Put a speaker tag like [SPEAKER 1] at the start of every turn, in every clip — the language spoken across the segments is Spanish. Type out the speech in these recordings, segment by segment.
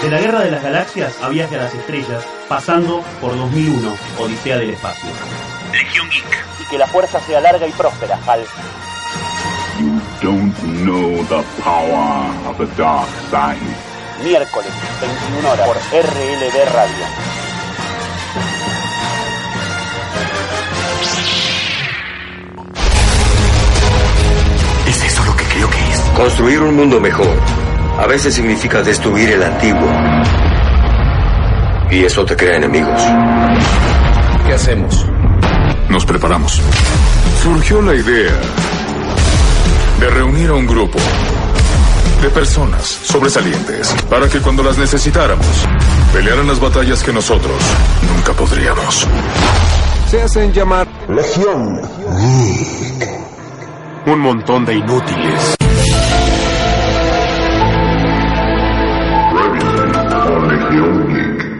[SPEAKER 1] De la Guerra de las Galaxias a Viaje a las Estrellas, pasando por 2001, Odisea del Espacio.
[SPEAKER 2] Legión Geek.
[SPEAKER 3] Y que la fuerza sea larga y próspera, Hal.
[SPEAKER 4] You don't know the power of the dark side.
[SPEAKER 3] Miércoles, 21 horas, por RLB Radio.
[SPEAKER 2] ¿Es eso lo que creo que es?
[SPEAKER 5] Construir un mundo mejor a veces significa destruir el antiguo. Y eso te crea enemigos.
[SPEAKER 6] ¿Qué hacemos?
[SPEAKER 4] Nos preparamos. Surgió la idea de reunir a un grupo de personas sobresalientes para que cuando las necesitáramos pelearan las batallas que nosotros nunca podríamos.
[SPEAKER 6] Se hacen llamar
[SPEAKER 4] Un montón de inútiles.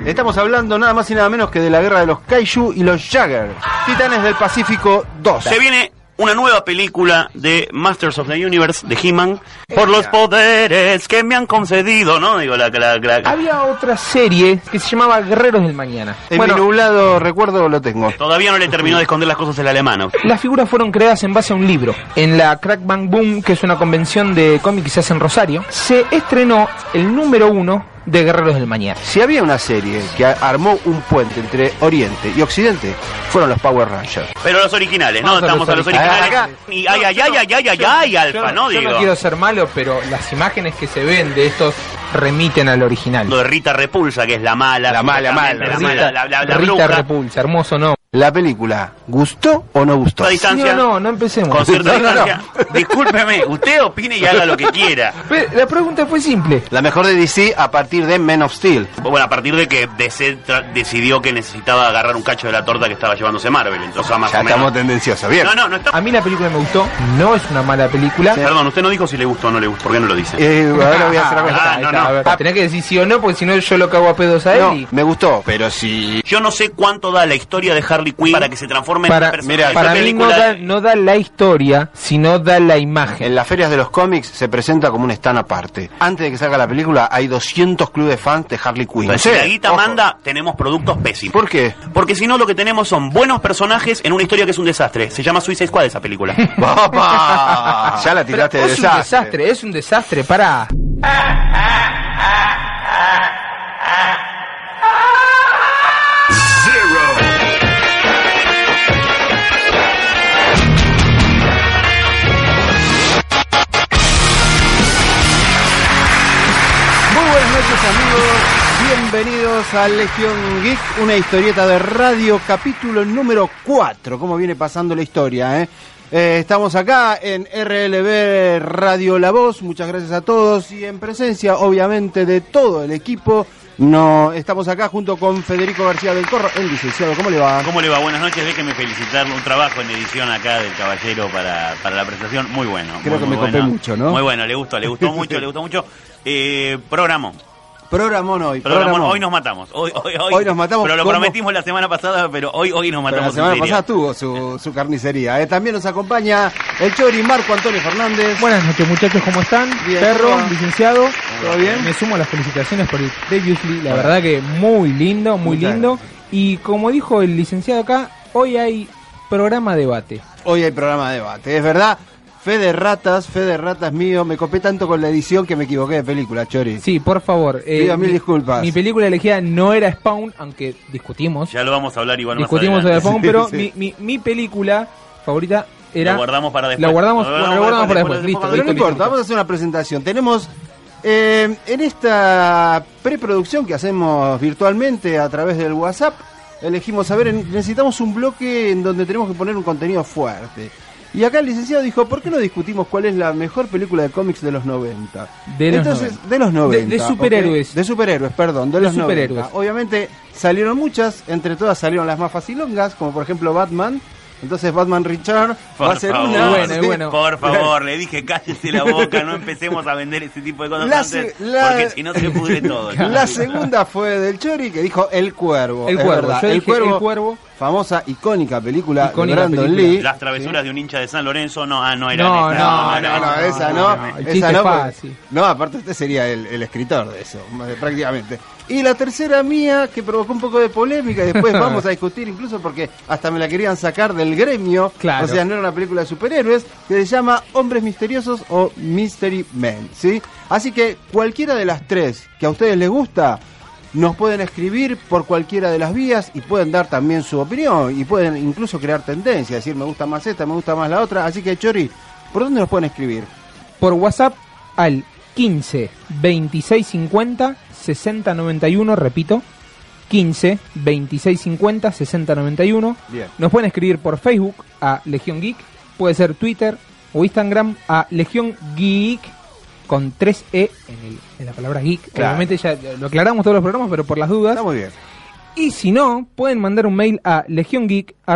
[SPEAKER 7] Estamos hablando nada más y nada menos que de la guerra de los Kaiju y los Jagger, Titanes del Pacífico 2.
[SPEAKER 1] Se viene una nueva película de Masters of the Universe de He-Man por los poderes que me han concedido, ¿no? Digo, la, la, la-
[SPEAKER 8] Había otra serie que se llamaba Guerreros del Mañana.
[SPEAKER 7] En
[SPEAKER 8] Bueno,
[SPEAKER 7] mi nublado recuerdo lo tengo.
[SPEAKER 1] Todavía no le terminó de esconder las cosas el alemano.
[SPEAKER 8] Las figuras fueron creadas en base a un libro. En la Crack Bang Boom, que es una convención de cómics que se hace en Rosario, se estrenó el número uno de Guerreros del Mañana.
[SPEAKER 7] Si había una serie que a- armó un puente entre Oriente y Occidente, fueron los Power Rangers.
[SPEAKER 1] Pero los originales, ¿no?
[SPEAKER 8] Vamos a los
[SPEAKER 1] Estamos a los
[SPEAKER 8] originales.
[SPEAKER 1] originales.
[SPEAKER 7] Acá.
[SPEAKER 1] Y ay, ay, ay, ay, ay, ay, ay, alfa, ¿no?
[SPEAKER 8] Yo
[SPEAKER 1] Digo.
[SPEAKER 8] no quiero ser malo, pero las imágenes que se ven de estos remiten al original.
[SPEAKER 1] Lo de Rita Repulsa, que es la mala.
[SPEAKER 7] La mala,
[SPEAKER 1] supuestamente,
[SPEAKER 7] mala.
[SPEAKER 1] La mala, la, la, la
[SPEAKER 8] Rita
[SPEAKER 1] bruja.
[SPEAKER 8] Repulsa, hermoso no.
[SPEAKER 7] La película, ¿gustó o no gustó?
[SPEAKER 1] Está
[SPEAKER 8] Sí
[SPEAKER 1] distancia.
[SPEAKER 8] o no, no empecemos.
[SPEAKER 1] Con cierta
[SPEAKER 7] No, no, no.
[SPEAKER 1] distancia. Discúlpeme, usted opine y haga lo que quiera.
[SPEAKER 8] Pero la pregunta fue simple.
[SPEAKER 7] La mejor de DC a partir de Men of Steel.
[SPEAKER 1] Bueno, a partir de que DC tra- decidió que necesitaba agarrar un cacho de la torta que estaba llevándose Marvel, entonces más
[SPEAKER 7] Ya
[SPEAKER 1] o menos.
[SPEAKER 7] estamos tendenciosos, bien.
[SPEAKER 1] No, no, no está...
[SPEAKER 8] A mí la película me gustó, no es una mala película.
[SPEAKER 1] Perdón, usted no dijo si le gustó o no le gustó, ¿por qué no lo dice?
[SPEAKER 7] Eh, ahora voy a hacer algo.
[SPEAKER 1] Ah,
[SPEAKER 8] Ahí
[SPEAKER 1] no,
[SPEAKER 8] está,
[SPEAKER 1] no.
[SPEAKER 8] a ver, tenés que decir sí o no, porque si no yo lo cago a pedos a él
[SPEAKER 7] No,
[SPEAKER 8] y...
[SPEAKER 7] me gustó, pero si...
[SPEAKER 1] Yo no sé cuánto da la historia de Harley Quinn para que se transforme en
[SPEAKER 8] Para,
[SPEAKER 1] un personaje
[SPEAKER 8] mira,
[SPEAKER 1] de
[SPEAKER 8] para mí no
[SPEAKER 1] película.
[SPEAKER 8] da, no da la historia, sino da la imagen.
[SPEAKER 7] En las ferias de los cómics se presenta como un stand aparte. Antes de que salga la película, hay 200 clubes de fans de Harley Quinn.
[SPEAKER 1] Si la guita
[SPEAKER 7] Ojo.
[SPEAKER 1] manda, tenemos productos pésimos.
[SPEAKER 7] ¿Por qué?
[SPEAKER 1] Porque si no, lo que tenemos son buenos personajes en una historia que es un desastre. Se llama Suicide Squad esa película.
[SPEAKER 7] ¡Papá! Ah, Ya la tiraste
[SPEAKER 8] Pero
[SPEAKER 7] de
[SPEAKER 8] es un desastre, es un desastre, para.
[SPEAKER 7] Muy buenas noches amigos, bienvenidos a Legión Geek, una historieta de radio, capítulo número 4, cómo viene pasando la historia, ¿eh? Eh, estamos acá en RLB Radio La Voz, muchas gracias a todos y en presencia obviamente de todo el equipo, no, estamos acá junto con Federico García del Corro, el licenciado, ¿cómo le va?
[SPEAKER 9] ¿Cómo le va? Buenas noches, déjeme felicitarle un trabajo en edición acá del Caballero para, para la presentación. Muy bueno.
[SPEAKER 7] Creo
[SPEAKER 9] muy,
[SPEAKER 7] que
[SPEAKER 9] muy
[SPEAKER 7] me copé
[SPEAKER 9] bueno.
[SPEAKER 7] mucho, ¿no?
[SPEAKER 9] Muy bueno, le gustó, le gustó mucho, le gustó mucho. Eh, programón,
[SPEAKER 7] Programón hoy,
[SPEAKER 9] programón.
[SPEAKER 7] programón.
[SPEAKER 9] Hoy nos matamos. Hoy, hoy, hoy.
[SPEAKER 7] Hoy nos matamos
[SPEAKER 9] Pero lo
[SPEAKER 7] como-
[SPEAKER 9] prometimos la semana pasada, pero hoy, hoy nos
[SPEAKER 7] Pero
[SPEAKER 9] matamos.
[SPEAKER 7] la
[SPEAKER 9] en
[SPEAKER 7] semana
[SPEAKER 9] serio.
[SPEAKER 7] pasada tuvo su, su carnicería. ¿eh? También nos acompaña el Chori Marco Antonio Fernández.
[SPEAKER 8] Buenas noches muchachos, ¿cómo están?
[SPEAKER 7] Bien,
[SPEAKER 8] Perro,
[SPEAKER 7] ¿cómo va?
[SPEAKER 8] licenciado.
[SPEAKER 7] ¿Todo bien?
[SPEAKER 8] Me sumo a las felicitaciones por el Previously, la verdad que muy lindo, muy
[SPEAKER 7] Muchas
[SPEAKER 8] lindo. Y como dijo el licenciado acá, hoy hay programa debate.
[SPEAKER 7] Hoy hay programa de debate, es verdad. Fe de ratas, fe de ratas mío. Me copé tanto con la edición que me equivoqué de película, Chori.
[SPEAKER 8] Sí, por favor. eh,
[SPEAKER 7] Pido mil
[SPEAKER 8] mi-
[SPEAKER 7] disculpas.
[SPEAKER 8] Mi película elegida no era Spawn, aunque discutimos.
[SPEAKER 9] Ya lo vamos a hablar igual
[SPEAKER 8] discutimos
[SPEAKER 9] más
[SPEAKER 8] sobre
[SPEAKER 9] adelante.
[SPEAKER 8] Spawn,
[SPEAKER 7] Sí,
[SPEAKER 8] pero
[SPEAKER 7] sí.
[SPEAKER 8] Mi, mi, mi película favorita era...
[SPEAKER 9] Lo guardamos para después.
[SPEAKER 8] La guardamos,
[SPEAKER 9] Lo
[SPEAKER 8] bueno, la guardamos para después, listo,
[SPEAKER 7] Pero no
[SPEAKER 8] listo,
[SPEAKER 7] importa, vamos a hacer una presentación. Tenemos eh, en esta preproducción que hacemos virtualmente a través del WhatsApp, elegimos, a ver, en- necesitamos un bloque en donde tenemos que poner un contenido fuerte. Y acá el licenciado dijo, ¿por qué no discutimos cuál es la mejor película de cómics de los 90?
[SPEAKER 8] De los
[SPEAKER 7] Entonces,
[SPEAKER 8] 90.
[SPEAKER 7] de los 90.
[SPEAKER 8] De- de
[SPEAKER 7] ¿ok?
[SPEAKER 8] superhéroes.
[SPEAKER 7] De superhéroes, perdón, de,
[SPEAKER 8] De
[SPEAKER 7] los superhéroes.
[SPEAKER 8] superhéroes.
[SPEAKER 7] Obviamente salieron muchas, entre todas salieron las más facilongas, como por ejemplo Batman. Entonces Batman Richard
[SPEAKER 9] Por
[SPEAKER 7] va a ser
[SPEAKER 9] favor.
[SPEAKER 7] una...
[SPEAKER 8] Bueno, y bueno.
[SPEAKER 9] Por favor, le dije cállese la boca, no empecemos a vender ese tipo de cosas
[SPEAKER 7] La
[SPEAKER 9] antes,
[SPEAKER 7] se- la-
[SPEAKER 9] porque si no se pudre todo.
[SPEAKER 7] La segunda fue del Chori que dijo El Cuervo.
[SPEAKER 8] El
[SPEAKER 7] es
[SPEAKER 8] cuervo,
[SPEAKER 7] verdad,
[SPEAKER 8] yo dije el cuervo.
[SPEAKER 7] famosa, icónica película de
[SPEAKER 8] Icónica
[SPEAKER 7] Brandon
[SPEAKER 8] película.
[SPEAKER 7] Lee.
[SPEAKER 9] Las travesuras de un hincha de San Lorenzo, no, ah, no era
[SPEAKER 8] No,
[SPEAKER 9] en esta,
[SPEAKER 8] no,
[SPEAKER 9] era
[SPEAKER 7] No,
[SPEAKER 9] en
[SPEAKER 7] no,
[SPEAKER 9] esta.
[SPEAKER 7] esa no.
[SPEAKER 8] no, el
[SPEAKER 7] esa
[SPEAKER 8] chiste
[SPEAKER 7] no, porque-
[SPEAKER 8] fácil.
[SPEAKER 7] no, aparte usted sería el, el escritor de eso, más de- prácticamente. Y la tercera mía, que provocó un poco de polémica, y después vamos a discutir incluso porque hasta me la querían sacar del gremio.
[SPEAKER 8] Claro.
[SPEAKER 7] O sea, no era una película de superhéroes, que se llama Hombres Misteriosos o Mystery Men, ¿sí? Así que cualquiera de las tres que a ustedes les gusta, nos pueden escribir por cualquiera de las vías y pueden dar también su opinión y pueden incluso crear tendencia, decir me gusta más esta, me gusta más la otra. Así que, Chori, ¿por dónde nos pueden escribir?
[SPEAKER 8] Por WhatsApp al 15 26 50 60 91, repito. 15 26 50 60 91.
[SPEAKER 7] Bien.
[SPEAKER 8] Nos pueden escribir por Facebook a Legión Geek. Puede ser Twitter o Instagram a Legión Geek con 3 E en, el- en la palabra geek.
[SPEAKER 7] Claro.
[SPEAKER 8] Obviamente ya lo aclaramos todos los programas, pero por las dudas.
[SPEAKER 7] Está muy bien.
[SPEAKER 8] Y si no, pueden mandar un mail a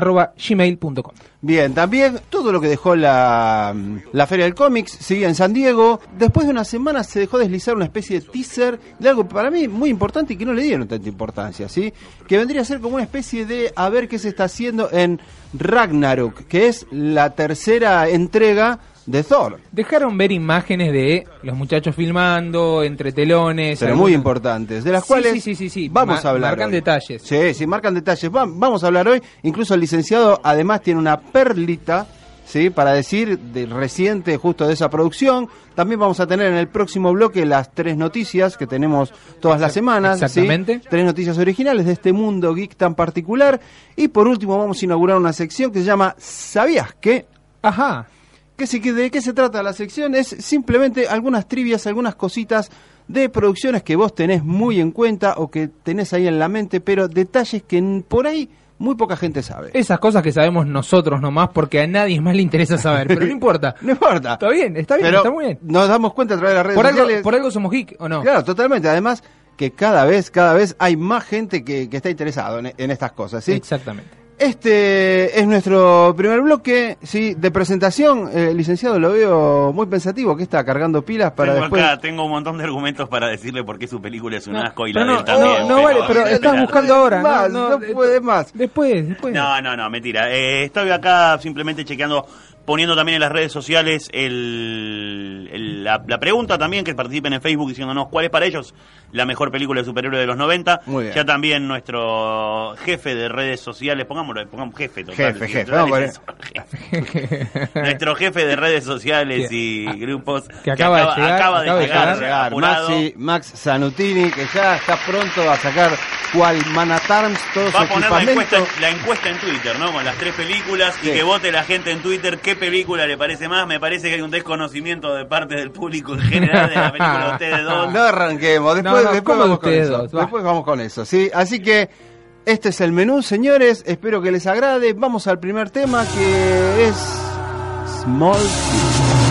[SPEAKER 8] legiongeek.gmail.com.
[SPEAKER 7] Bien, también todo lo que dejó la, la Feria del Cómics sigue en San Diego. Después de una semana se dejó deslizar una especie de teaser de algo para mí muy importante y que no le dieron tanta importancia, ¿sí? Que vendría a ser como una especie de a ver qué se está haciendo en Ragnarok, que es la tercera entrega de Thor.
[SPEAKER 8] Dejaron ver imágenes de los muchachos filmando, entre telones.
[SPEAKER 7] Pero
[SPEAKER 8] algunos-
[SPEAKER 7] muy importantes, de las
[SPEAKER 8] Sí,
[SPEAKER 7] cuales
[SPEAKER 8] sí, sí, sí, sí.
[SPEAKER 7] vamos
[SPEAKER 8] Ma-
[SPEAKER 7] a hablar.
[SPEAKER 8] marcan
[SPEAKER 7] hoy.
[SPEAKER 8] detalles.
[SPEAKER 7] Sí, sí, marcan detalles. Va- vamos a hablar hoy. Incluso el licenciado además tiene una perlita, ¿sí? Para decir de reciente justo de esa producción. También vamos a tener en el próximo bloque las tres noticias que tenemos todas las semanas. ¿sí?
[SPEAKER 8] exactamente.
[SPEAKER 7] Tres noticias originales de este mundo geek tan particular. Y por último vamos a inaugurar una sección que se llama ¿Sabías qué?
[SPEAKER 8] Ajá.
[SPEAKER 7] ¿Qué se- ¿De qué se trata la sección? Es simplemente algunas trivias, algunas cositas de producciones que vos tenés muy en cuenta o que tenés ahí en la mente, pero detalles que n- por ahí muy poca gente sabe.
[SPEAKER 8] Esas cosas que sabemos nosotros nomás porque a nadie más le interesa saber. Pero no importa.
[SPEAKER 7] No importa.
[SPEAKER 8] Está bien, está bien,
[SPEAKER 7] Pero
[SPEAKER 8] está muy bien.
[SPEAKER 7] Nos damos cuenta a través de las redes
[SPEAKER 8] Por algo,
[SPEAKER 7] sociales.
[SPEAKER 8] por algo somos geek, ¿o no?
[SPEAKER 7] Claro, totalmente. Además que cada vez, cada vez hay más gente que, que está interesado en, en estas cosas, ¿sí?
[SPEAKER 8] Exactamente.
[SPEAKER 7] Este es nuestro primer bloque, sí, de presentación. Eh, licenciado, lo veo muy pensativo, que está cargando pilas para
[SPEAKER 9] tengo,
[SPEAKER 7] después...
[SPEAKER 9] acá, tengo un montón de argumentos para decirle por qué su película es un asco y la
[SPEAKER 8] no,
[SPEAKER 9] de
[SPEAKER 8] no,
[SPEAKER 9] él también.
[SPEAKER 8] no, no vale, pero estás
[SPEAKER 9] Espera.
[SPEAKER 8] buscando ahora.
[SPEAKER 7] Más, no
[SPEAKER 8] no,
[SPEAKER 7] puede más.
[SPEAKER 8] Después, después.
[SPEAKER 9] No, no, no, mentira. Eh, estoy acá simplemente chequeando, poniendo también en las redes sociales el, el- la, la pregunta también, que participen en Facebook diciéndonos cuál es para ellos la mejor película de superhéroe de los 90.
[SPEAKER 7] Muy bien.
[SPEAKER 9] Ya también nuestro jefe de redes sociales, pongámoslo, pongamos jefe total.
[SPEAKER 7] Jefe, jefe,
[SPEAKER 9] Total,
[SPEAKER 7] vamos a
[SPEAKER 9] es eso, jefe. Nuestro jefe de redes sociales
[SPEAKER 8] Que-
[SPEAKER 9] y grupos
[SPEAKER 8] que acaba de llegar,
[SPEAKER 9] acaba de
[SPEAKER 8] acaba de
[SPEAKER 9] llegar,
[SPEAKER 8] llegar.
[SPEAKER 9] apurado.
[SPEAKER 7] Maxi, Max Zanutini, que ya está pronto a sacar cual Manatarms todo su
[SPEAKER 9] Va a poner la
[SPEAKER 7] equipamiento.
[SPEAKER 9] encuesta, la encuesta en Twitter, ¿no? Con las tres películas
[SPEAKER 7] Sí.
[SPEAKER 9] y que vote la gente en Twitter qué película le parece más. Me parece que hay un desconocimiento de parte del público en general de la película de ustedes dos.
[SPEAKER 7] No arranquemos, después,
[SPEAKER 8] No, no,
[SPEAKER 7] después
[SPEAKER 8] ¿cómo
[SPEAKER 7] vamos con
[SPEAKER 8] ustedes
[SPEAKER 7] eso.
[SPEAKER 8] dos? Va.
[SPEAKER 7] Después vamos con eso, ¿sí? Así que este es el menú, señores. Espero que les agrade. Vamos al primer tema que es Small. Fields.